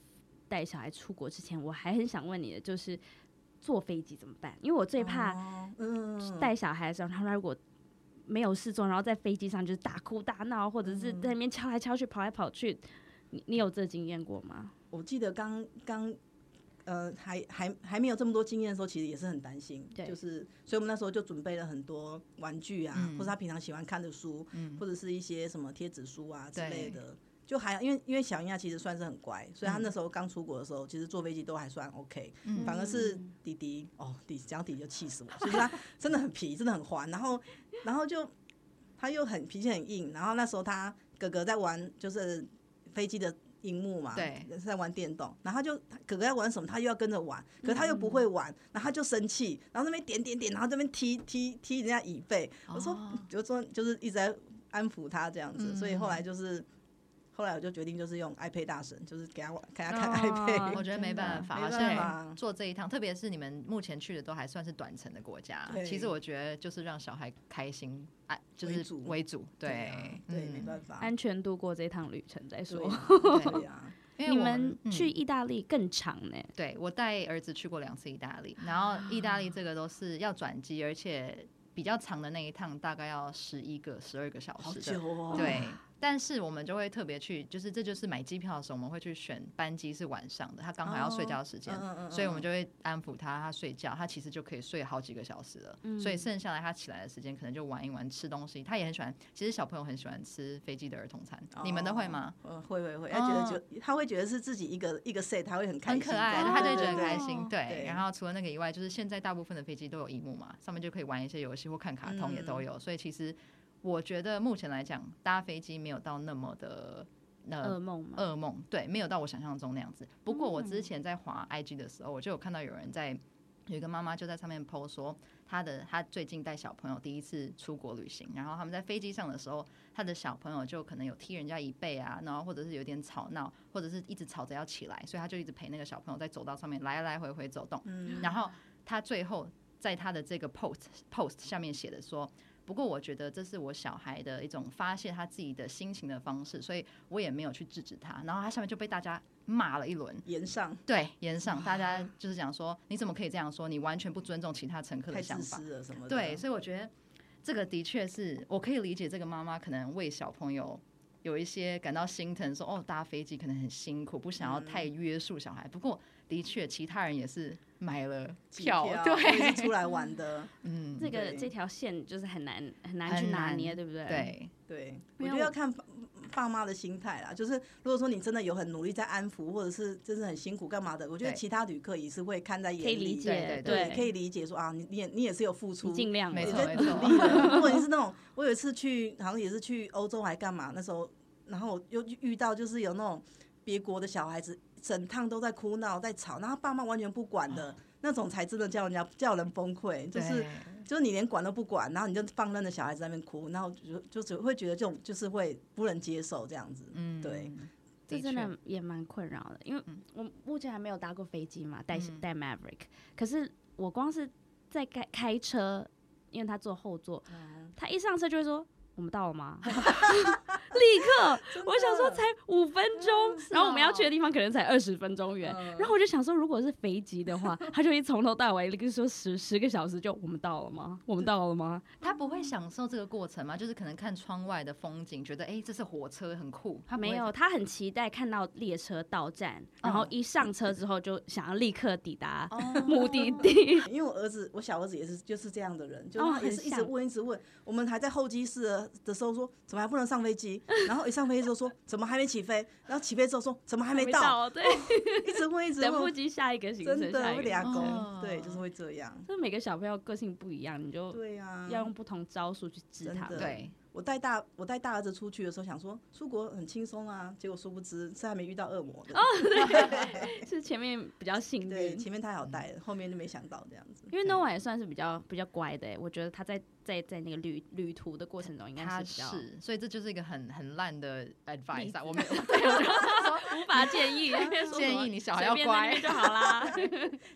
B: 带小孩出国之前，我还很想问你的，就是坐飞机怎么办？因为我最怕
C: 哦嗯
B: 带小孩的时候，他如果没有事做，然后在飞机上就是大哭大闹，或者是在那边敲来敲去、跑来跑去。你你有这经验过吗？
C: 嗯我记得刚刚呃还还还没有这么多经验的时候，其实也是很担心，
B: 对
C: 就是所以我们那时候就准备了很多玩具啊，
A: 嗯
C: 或者他平常喜欢看的书，
A: 嗯
C: 或者是一些什么贴纸书啊之
A: 对
C: 类的。就还因为因为小英啊亚其实算是很乖，所以他那时候刚出国的时候，其实坐飞机都还算 OK，、
A: 嗯
C: 反而是弟弟哦，弟讲弟弟就气死我，就是他真的很皮，真的很滑，然后然后就他又很脾气很硬，然后那时候他哥哥在玩就是飞机的荧幕嘛，
A: 对，
C: 在玩电动，然后他就他哥哥在玩什么，他又要跟着玩，可是他又不会
A: 嗯
C: 玩，然后他就生气，然后那边点点点，然后这边踢踢踢人家椅背，我说、
A: 哦
C: 就说就是一直在安抚他这样子，
A: 嗯
C: 所以后来就是。后来我就决定就是用 iPad 大神，就是给他玩，给他看
A: <laughs>
B: 哦
C: iPad，、
A: 嗯我觉得
B: 真
A: 没
B: 的
A: 办法，
C: 没
A: 而
C: 办法
A: 且做这一趟，特别是你们目前去的都还算是短程的国家
C: 对，
A: 其实我觉得就是让小孩开心，哎、就
C: 为
A: 是
C: 主
A: 为主，嗯
C: 对啊对，没
A: 法。
C: 办法，
B: 安全度过这趟旅程再说。
C: 对
A: <laughs>
C: 对啊，
A: 因为
B: 你
A: 我
B: 们
A: 嗯
B: 去意大利更长呢、
A: 对我带儿子去过两次意大利，然后意大利这个都是要转机，而且比较长的那一趟大概要十一个、十二个小
C: 好
A: 时
C: 久
A: 的。
C: 哦，
A: 对，但是我们就会特别去，就是这就是买机票的时候，我们会去选班机是晚上的，他刚好要睡觉时间，
C: 嗯嗯嗯
A: 所以我们就会安抚他，他睡觉，他其实就可以睡好几个小时了。
C: 嗯
A: 所以剩下来他起来的时间可能就玩一玩、吃东西。他也很喜欢，其实小朋友很喜欢吃飞机的儿童餐，你们都会吗？？
C: 嗯、呃，会会会，他觉得
A: 哦
C: 就、他会觉得是自己一个一个 set，他会很开
A: 很
C: 心，
A: 可爱，
B: 这样
A: 他就会
C: 对
A: 觉得很
C: 对
A: 开
C: 对
A: 心。对
C: 对，
A: 然后除了那个以外，就是现在大部分的飞机都有荧幕嘛，上面就可以玩一些游戏或看卡通也
C: 嗯
A: 都有，所以其实我觉得目前来讲，搭飞机没有到那么的
B: 噩
A: 呃。
B: 梦嘛，
A: 噩梦，对，没有到我想象中那样子。不过我之前在滑 IG 的时候，我就有看到有人在，呃有一个妈妈就在上面 PO 说，她的她最近带小朋友第一次出国旅行，然后他们在飞机上的时候，他的小朋友就可能有踢人家椅背啊，然后或者是有点吵闹，或者是一直吵着要起来，所以他就一直陪那个小朋友在走道上面来来回回走动。
C: 嗯，
A: 然后他最后在他的这个 post post 下面写的说，不过我觉得这是我小孩的一种发泄他自己的心情的方式，所以我也没有去制止他。然后他下面就被大家骂了一轮，
C: 沿上
A: 对，言上大家
C: 啊
A: 就是讲说，你怎么可以这样说？你完全不尊重其他乘客
C: 太
A: 的想
C: 自
A: 法。
C: 私了什啊么的，
A: 对，所以我觉得这个的确是我可以理解这个妈妈可能为小朋友有一些感到心疼，说哦搭飞机可能很辛苦，不想要太
C: 嗯
A: 约束小孩。不过的确，其他人也是买了
C: 机
A: 票，
C: 或者是
A: 对，
C: 出来玩的，
A: 嗯，
B: 这个
C: 对
B: 这条线就是很难很难
A: 很
B: 去拿
A: 难
B: 捏，对不对？，
A: 对，
C: 对，我
B: 没有
C: 觉得要看爸爸妈的心态啦。就是如果说你真的有很努力在安抚，或者是真是很辛苦干嘛的，我觉得
A: 对
C: 其他旅客也是会看在眼
B: 可以理
C: 里，
B: 解，
A: 对对
C: 对，可
B: 以
C: 以理解说啊，你你也你也是有付出，
B: 尽量
A: 没
B: 了
A: 错没错，
C: 如果你是那种，我有一次去，好像也是去欧洲还干嘛，那时候，然后我又遇到就是有那种别国的小孩子，整趟都在哭闹，在吵，然后爸妈完全不管的。那种才真的叫人家叫人崩溃，就是
A: 对
C: 就是你连管都不管，然后你就放任的小孩子在那边哭，然后就就只会觉得这种就是会不能接受这样子。
A: 嗯
C: 对，
B: 这
A: 的
B: 真
A: 确嗯
B: 的也蛮困扰的，因为我目前还没有搭过飞机嘛，带带 Maverick，可是我光是在开开车，因为他坐后座，他一上车就会说。我们到了吗？立 <laughs> 刻，我想说才五分
A: 嗯
B: 钟，然后我
A: 哦
B: 们要去的地方可能才二十分钟远，然后我就想说，如果是飞机的话，他就一从头到尾，一个说十十个小时就我们到了吗？我们到了吗？
A: 他不
B: 嗯
A: 会享受这个过程吗？就是可能看窗外的风景，觉得哎、这是火车很酷，啊他不会
B: 没有，他很期待看到列车到站，然后一上车之后就想要立刻抵达
C: 哦
B: <laughs> 目的地。
C: <laughs> 因为我儿子，我小儿子也是就是这样的人，就
B: 哦
C: 是他也
B: 很
C: 是一直
B: 像
C: 问一直问。我们还在候机室的的时候说，怎么还不能上飞机？然后一上飞机之后说，怎么还没起飞？然后起飞之后说，怎么还没到？
B: 到，对，
C: 一直问一
B: <laughs>
C: 直
B: 等不
C: 问，
B: 及下一个行程，
C: 真的
B: 下一
C: 会
B: 个行
C: 俩
B: 程。
C: 狗
A: 哦，
C: 对，就是会这样。
B: 就是每个小朋友个性不一样，你就
C: 对呀、
B: 要用不同招数去治他
C: 真
B: 们。
C: 的
A: 对，
C: 我带大我带大儿子出去的时候，想说出国很轻松啊，结果殊不知是还没遇到恶魔的。
A: 哦
B: 是前面比较幸
C: 对，
B: 运，
C: 前面太好
B: 嗯
C: 带了，后面就没想到这样子。
B: 因为 Nova 也算是比较比较乖的欸，我觉得他在在在那个旅旅途的过程中，应该
A: 他
B: 比较
A: 是，所以这就是一个很很烂的 advice 啊，
B: 例
A: 我没有，
B: <laughs>
A: 对，我就
B: 无法建议，
A: 建议你小孩要乖
B: 随便在那边就好啦，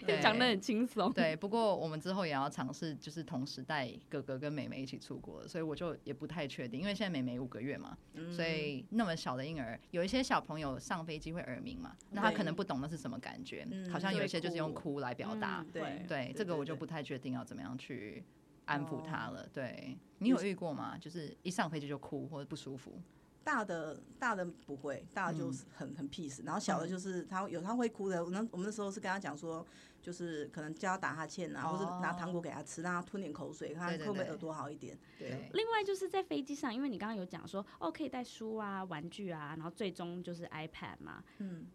A: 对
B: 讲的很轻松。
A: 对，不过我们之后也要尝试，就是同时带哥哥跟妹妹一起出国了，所以我就也不太确定，因为现在妹妹五个月嘛，
C: 嗯
B: 嗯
A: 所以那么小的婴儿，有一些小朋友上飞机会耳鸣嘛，那他可能不懂那是什么感觉，
C: 嗯
A: 好像有一些
B: 就
A: 就
B: 会
A: 是用
B: 哭
A: 哭来表达。
B: 嗯
C: 对
A: 对，这个我
C: 对
A: 就
C: 对
A: 不太确定要怎么样去安抚
B: 哦
A: 他了。对你有遇过吗？就是一上飞机就哭或者不舒服？
C: 大的大的不会，大
B: 嗯
C: 的就是很、很 peace，然后小的就是他有他会哭的。那我们那时候是跟他讲说，就是可能叫他打哈欠啊，或者拿糖果给他吃，让他吞点口水，看
A: 哦对
C: 他
A: 对
C: 会不会
A: 对
C: 耳朵好一点。
A: 对，
B: 另外就是在飞机上，因为你刚刚有讲说，哦，可以带书啊、玩具啊，然后最终就是 iPad 嘛。
C: 嗯，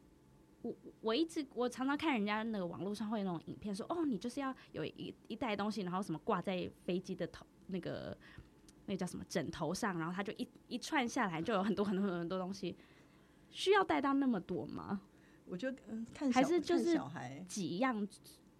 B: 我我一直我常常看人家那个网络上会有那种影片说，哦，你就是要有一一袋东西，然后什么挂在飞机的头那个那个叫什么枕头上，然后它就一一串下来就有很多很多很多很多东西，需要带到那么多吗？
C: 我觉得嗯，看
B: 还
C: 小
B: 是就
C: 看
B: 是
C: 小孩，
B: 几样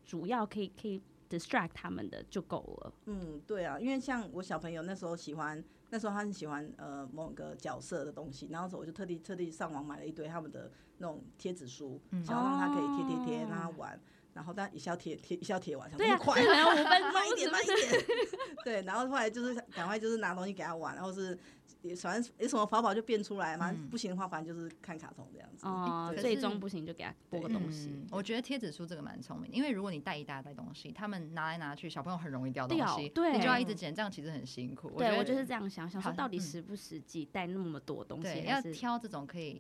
B: 主要可以可以 distract 他们的就够了。
C: 嗯，对啊，因为像我小朋友那时候喜欢，那时候他很喜欢呃某个角色的东西，然后我就特地特地上网买了一堆他们的那种贴纸书，
B: 嗯
A: 嗯
C: 想要让他可以贴贴贴，让他玩，然后但一下贴贴一下贴完，想
B: 哦
C: 说
B: 对啊，
C: 那么快
B: 这个要五
C: <laughs>
B: 分钟
C: 慢一
B: 是
C: 点，
B: 不
C: 慢一
B: 是？
C: 点。 <laughs> 对，然后后来就是赶快就是拿东西给他玩，然后是也反正有什么法宝就变出来嘛，不行的话反正就是看卡通这样子。
B: 嗯哦
C: 可，是
B: 最终不行就给他播个东西。
A: 嗯我觉得贴纸书这个蛮聪明的，因为如果你带一大袋东西，他们拿来拿去，小朋友很容易掉东西，
B: 掉对
A: 你就要一直捡，这样其实很辛苦。
B: 对，我
A: 我觉
B: 就
A: 得
B: 是这样想，想
A: 好
B: 说到底
A: 嗯
B: 实不实际带那么多东西，
A: 对，
B: 还
A: 要
B: 是
A: 挑这种可以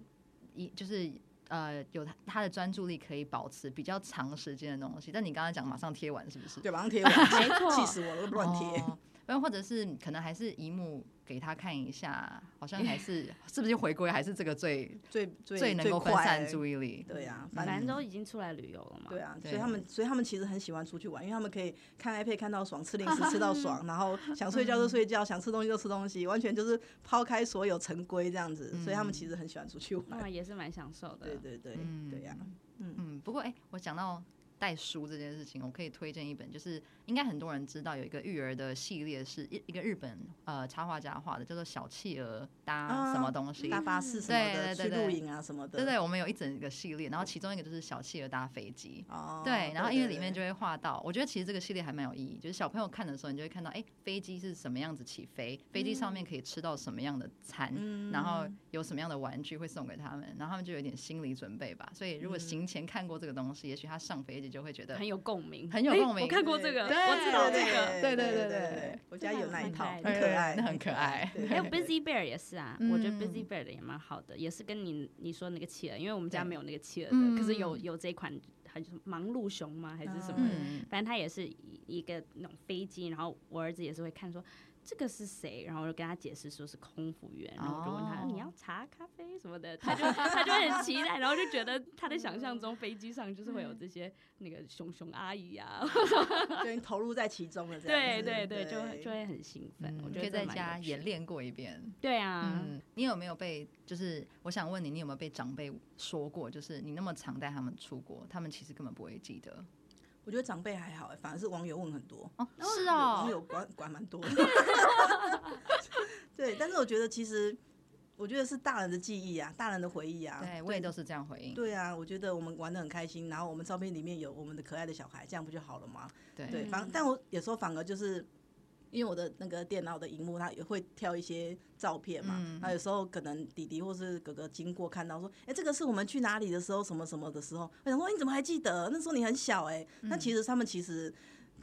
A: 一就是。呃，有他他的专注力可以保持比较长时间的东西，但你刚才讲马上贴完是不是？
C: 对，马上贴完，
B: 没错
C: 气死我了，乱贴。
A: 哦。然后或者是可能还是一幕给他看一下，好像还是 <laughs> 是不是回归还是这个最
C: 最最
A: 最能够分散
C: 力。
A: 注意力？
C: 对啊，
A: 嗯
C: 反
B: 反
C: 正
B: 正都已经出来旅游了嘛。
C: 对啊，
A: 对
C: 所以他们所以他们其实很喜欢出去玩，因为他们可以看 iPad 看到爽，吃零食吃
A: <laughs>
C: 到爽，然后想睡觉就睡觉，想吃东西就吃东西，完全就是抛开所有陈规这样子，所以他们其实很喜欢出去玩。
B: 那也是蛮享受的。
C: 对对对，
A: 嗯
C: 对呀，啊
A: 嗯，不过哎、我讲到带书这件事情，我可以推荐一本，就是应该很多人知道有一个育儿的系列，是一一个日本呃插画家画的，叫做《小企鹅搭
C: 啊
A: 什么东西》
C: 搭巴士什么
A: 对对
C: 的，
A: 对
C: 去露
A: 对
C: 营啊什么的。
A: 对对，我们有一整个系列，然后其中一个就是小企鹅搭飞机。
C: 哦，
A: 对，然后因为里面
C: 就
A: 就会画到，我觉得其实这个系列还蛮有意义，就是小朋友看的时候，你就会看到，哎、飞机是什么样子起飞，飞机
B: 嗯
A: 上面可以吃到什么样的餐，然后有什么样的玩具会送给他们，然后他们就有点心理准备吧。所以如果行前看过这个东西，也许他上飞机就会觉得
B: 嗯很有共鸣，
A: 很有
B: 诶
A: 共鸣
B: 我看过这个，
A: 对
B: 我知道这个。
A: 对对对对对
C: 对，我家有那一套，
B: 这
C: 很可爱，
A: 那很可爱
C: 对
B: 还有
C: 对对
B: Busy Bear 也是啊，我觉得
A: 嗯
B: Busy Bear 的也蛮好的，也是跟你你说那个企鹅，因为我们家
A: 对
B: 没有那个企鹅
A: 嗯
B: 的，可是有有这一款，还是忙碌熊吗？还是什么的？
A: 嗯，
B: 反正它也是一一个那种飞机，然后我儿子也是会看说这个是谁，然后我就跟他解释说是空服员，然后我就问他、
A: 哦
B: 你要茶咖啡什么的， <laughs> 他就他就很期待，然后就觉得他的想象中飞机上就是会有这些那个熊熊阿姨啊， <laughs>
C: 就已经投入在其中了，嗯这
B: 对
C: 样子
B: 对对，
C: 对，
B: 就会就会很兴奋，我
A: 嗯
B: 觉
A: 可以
B: 得
A: 在
B: 这蛮
A: 家
B: 有趣
A: 演
B: 的，
A: 练过一遍。
B: 对啊，
A: 嗯，你有没有被？就是我想问你，你有没有被长辈说过？就是你那么常带他们出国，他们其实根本不会记得。
C: 我觉得长辈还好，欸反而是网友问很多，
A: 哦，是
C: 网
A: 哦，
C: 友管管蛮多的。对，但是我觉得其实，我觉得是大人的记忆啊，大人的回忆啊。
A: 对，我也都是这样回应。
C: 对啊，我觉得我们玩的很开心，然后我们照片里面有我们的可爱的小孩，这样不就好了吗？
A: 对
C: 对，
B: 嗯
C: 反但我有时候反而就是。因为我的那个电脑的荧幕，它也会挑一些照片嘛。
A: 嗯
C: 那、有时候可能弟弟或是哥哥经过看到说：“哎、这个是我们去哪里的时候，什么什么的时候。”我想说：“哎、你怎么还记得？那时候你很小哎、那
A: 嗯
C: 其实他们其实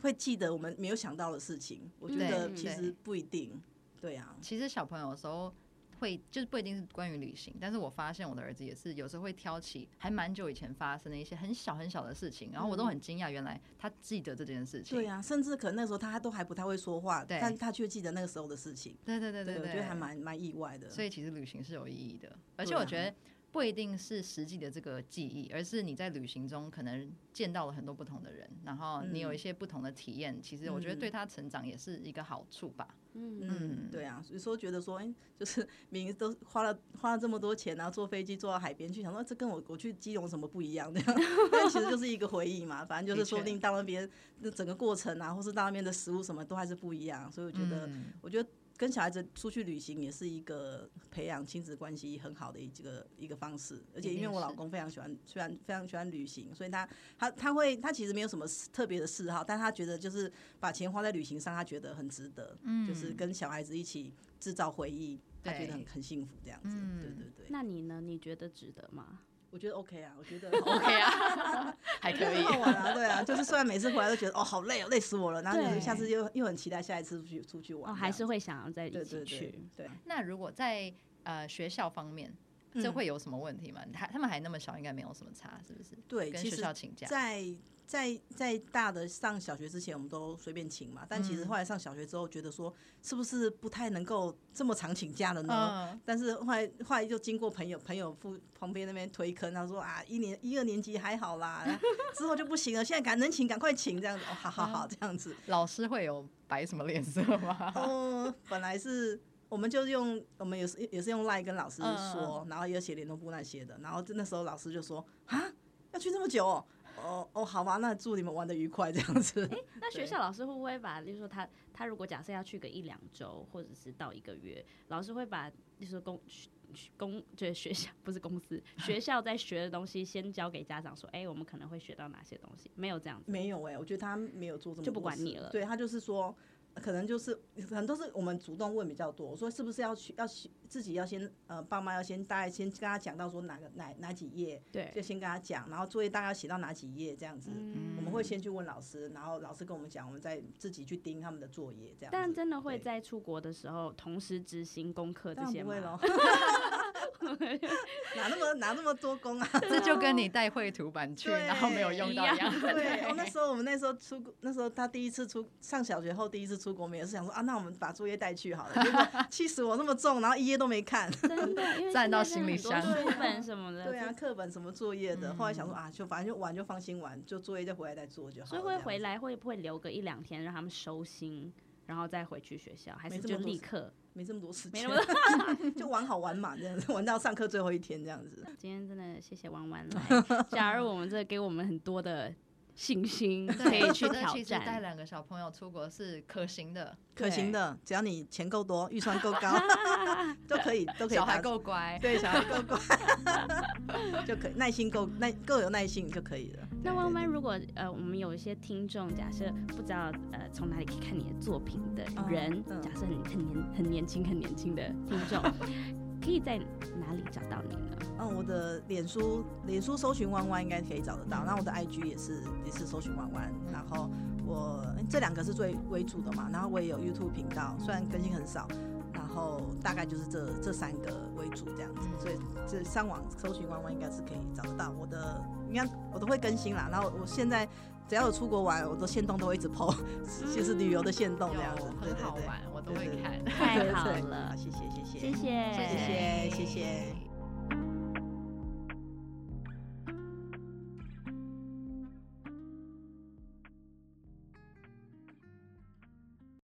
C: 会记得我们没有想到的事情。我觉得
B: 对
C: 其实不一定。对啊，
A: 其实小朋友有时候会，就是不一定是关于旅行，但是我发现我的儿子也是有时候会挑起还蛮久以前发生的一些很小很小的事情，然后我都很惊讶，原来他记得这件事情。
C: 嗯对啊，甚至可能那时候他都还不太会说话，
A: 对
C: 但他却记得那个时候的事情。
A: 对对对对
C: 我
A: 对，
C: 觉得还蛮蛮意外的。
A: 所
C: 以
A: 以其实旅行是有意义的，而且
C: 对啊
A: 我觉得不一定是实际的这个记忆，而是你在旅行中可能见到了很多不同的人，然后你
C: 嗯
A: 有一些不同的体验，其实我觉得对他成长也是一个好处吧。
C: 嗯，对啊，有时候觉得说，哎、就是 <laughs> 明明都花了花了这么多钱，然后坐飞机坐到海边去，想说这跟我我去基隆什么不一样的， <laughs> 但其实就是一个回忆嘛。反正就
A: 的
C: 是
A: 确
C: 说不定到那边那整个过程啊，或是到那边的食物什么都还是不一样，所以我觉得，
A: 嗯
C: 我觉得。跟小孩子出去旅行也是一个培养亲子关系很好的一个一个方式，而且因为我老公非常喜欢，虽然非常喜欢旅行，所以他他他会他其实没有什么特别的嗜好，但他觉得就是把钱花在旅行上，他觉得很值得，就是跟小孩子一起制造回忆，他觉得很
A: 对
C: 很幸福这样子。对对对，
B: 那你呢？你觉得值得吗？
C: 我觉得 OK 啊，我觉得
A: OK 啊， <laughs> 还可以
C: 很。好玩啊，对啊，就是虽然每次回来都觉得哦好累哦，累死我了，然后
B: 对
C: 你下次又又很期待下一次出去出去玩
B: 哦，
C: 这样，
B: 还是会想要在一
C: 对
B: 起
C: 对
B: 去。
C: 对对，
A: 那如果在呃学校方面，这
C: 嗯
A: 会有什么问题吗？他他们还那么小，应该没有什么差，是不是？
C: 对，
A: 跟
C: 其
A: 学
C: 实
A: 校请假，
C: 在在在大的上小学之前，我们都随便请嘛。但其实
A: 嗯
C: 后来上小学之后，觉得说是不是不太能够这么常请假了呢？
A: 嗯，
C: 但是后来后来就经过朋友朋友附旁边那边推坑，他说啊，一年一二年级还好啦， <laughs> 之后就不行了，现在赶能请赶快请这样子，哦，好好好
A: 嗯
C: 这样子。
A: 老师会有摆什么脸色
B: <laughs>
A: 吗？
C: 哦，本来是。我们就用我们也是也是用赖跟老师
B: 嗯
C: 说，然后也有写联络簿那些的，然后就那时候老师就说啊，要去这么久哦，哦哦，好吧，那祝你们玩的愉快这样
B: <laughs>
C: 子。 <laughs>
B: 那学
C: 对
B: 校老师会不会把，例如说他他如果假设要去个一两周，或者是到一个月，老师会把，就是说公学公就是学校 <laughs> 不是公司学校在学的东西先交给家长说，哎、我们可能会学到哪些东西？没有这样子，
C: 没有哎、我觉得他没有做这么
B: 就不
C: 多
B: 管
C: 事
B: 你了
C: 对他就是说，呃可能就是可能都是我们主动问比较多，我说是不是要去要去自己要先呃，爸妈要先大概先跟他讲到说哪个哪哪几页，
B: 对
C: 就先跟他讲，然后作业大概要写到哪几页这样子。我们
A: 嗯
C: 会先去问老师，然后老师跟我们讲，我们再自己去盯他们的作业这样子。
B: 但真的会
C: 对
B: 在出国的时候同时执行功课这
C: 当
B: 些
C: 然不
B: 吗
C: 会？喽， <laughs> 哪那么哪那么多工啊？
A: <laughs> 这就跟你带绘图板去，
C: 对
A: 然后没有用到一样。
C: 对，哦那时候我们那时候出国，那时候他第一次出上小学后第一次出国，我们也是想说啊，那我们把作业带去好了。
B: <laughs>
C: 结果气死我，那么重，然后一页都没看。
B: <laughs> 真
A: <laughs>
B: 的，因为
A: 站
B: 现
A: 到
B: 在真的
A: 行李
B: 很多
C: 箱
B: 书本什么的，
C: <laughs> 对啊，
B: 这，
C: 课本什么作业
B: 嗯
C: 的，后来想说啊，就反正就玩就放心玩，就作业就回来再做就好
B: 所
C: 了。
B: 以会
C: 这样
B: 回
C: 子
B: 来会不会留个一两天让他们收心，然后再回去学校，还是
C: 没这
B: 就
C: 么多
B: 立
C: 时
B: 刻？
C: 没这么多时
B: 没
C: 间
B: 那么，
C: <laughs> 就玩好玩嘛，这样子玩到上课最后一天这样子。
B: 今天真的谢谢弯弯来加入我们这，给我们很多的信心，可以去
A: 我觉得
B: 挑
A: 其实带
B: 战。
A: 两个小朋友出国是可行的，
C: 可行的，只要你钱够多，预算够
A: <laughs>
C: 高，都可以，都可以
A: 小孩
C: 达
A: 够乖。
C: 对，小孩够乖， <laughs> 就可以耐心够耐够有耐心就可以了。
B: 那弯弯，如果呃，我们有一些听众，假设不知道呃从哪里可以看你的作品的人，
C: 嗯嗯
B: 假设很很年很年轻很年轻的听众，可以在哪里找到你呢？
C: 嗯，我的脸书脸书搜寻弯弯应该可以找得到，然后我的 IG 也是也是搜寻弯弯，然后我嗯这两个是最为主的嘛，然后我也有 YouTube 频道，虽然更新很少。然后大概就是这这三个为主这样子，所以这上网搜寻弯弯应该是可以找得到我的，应该我都会更新啦。然后我现在只要有出国玩，我的线动都会一直 PO，就是旅游的线动这样子
A: 有，
C: 对
A: 很
C: 对
A: 好
C: 对。
A: 玩，我都
C: 对
A: 会
C: 对对
A: 看。
B: 太
C: 对
B: 好
C: 对
B: 了
C: 好，谢谢谢谢
B: 谢谢，
C: 谢谢谢谢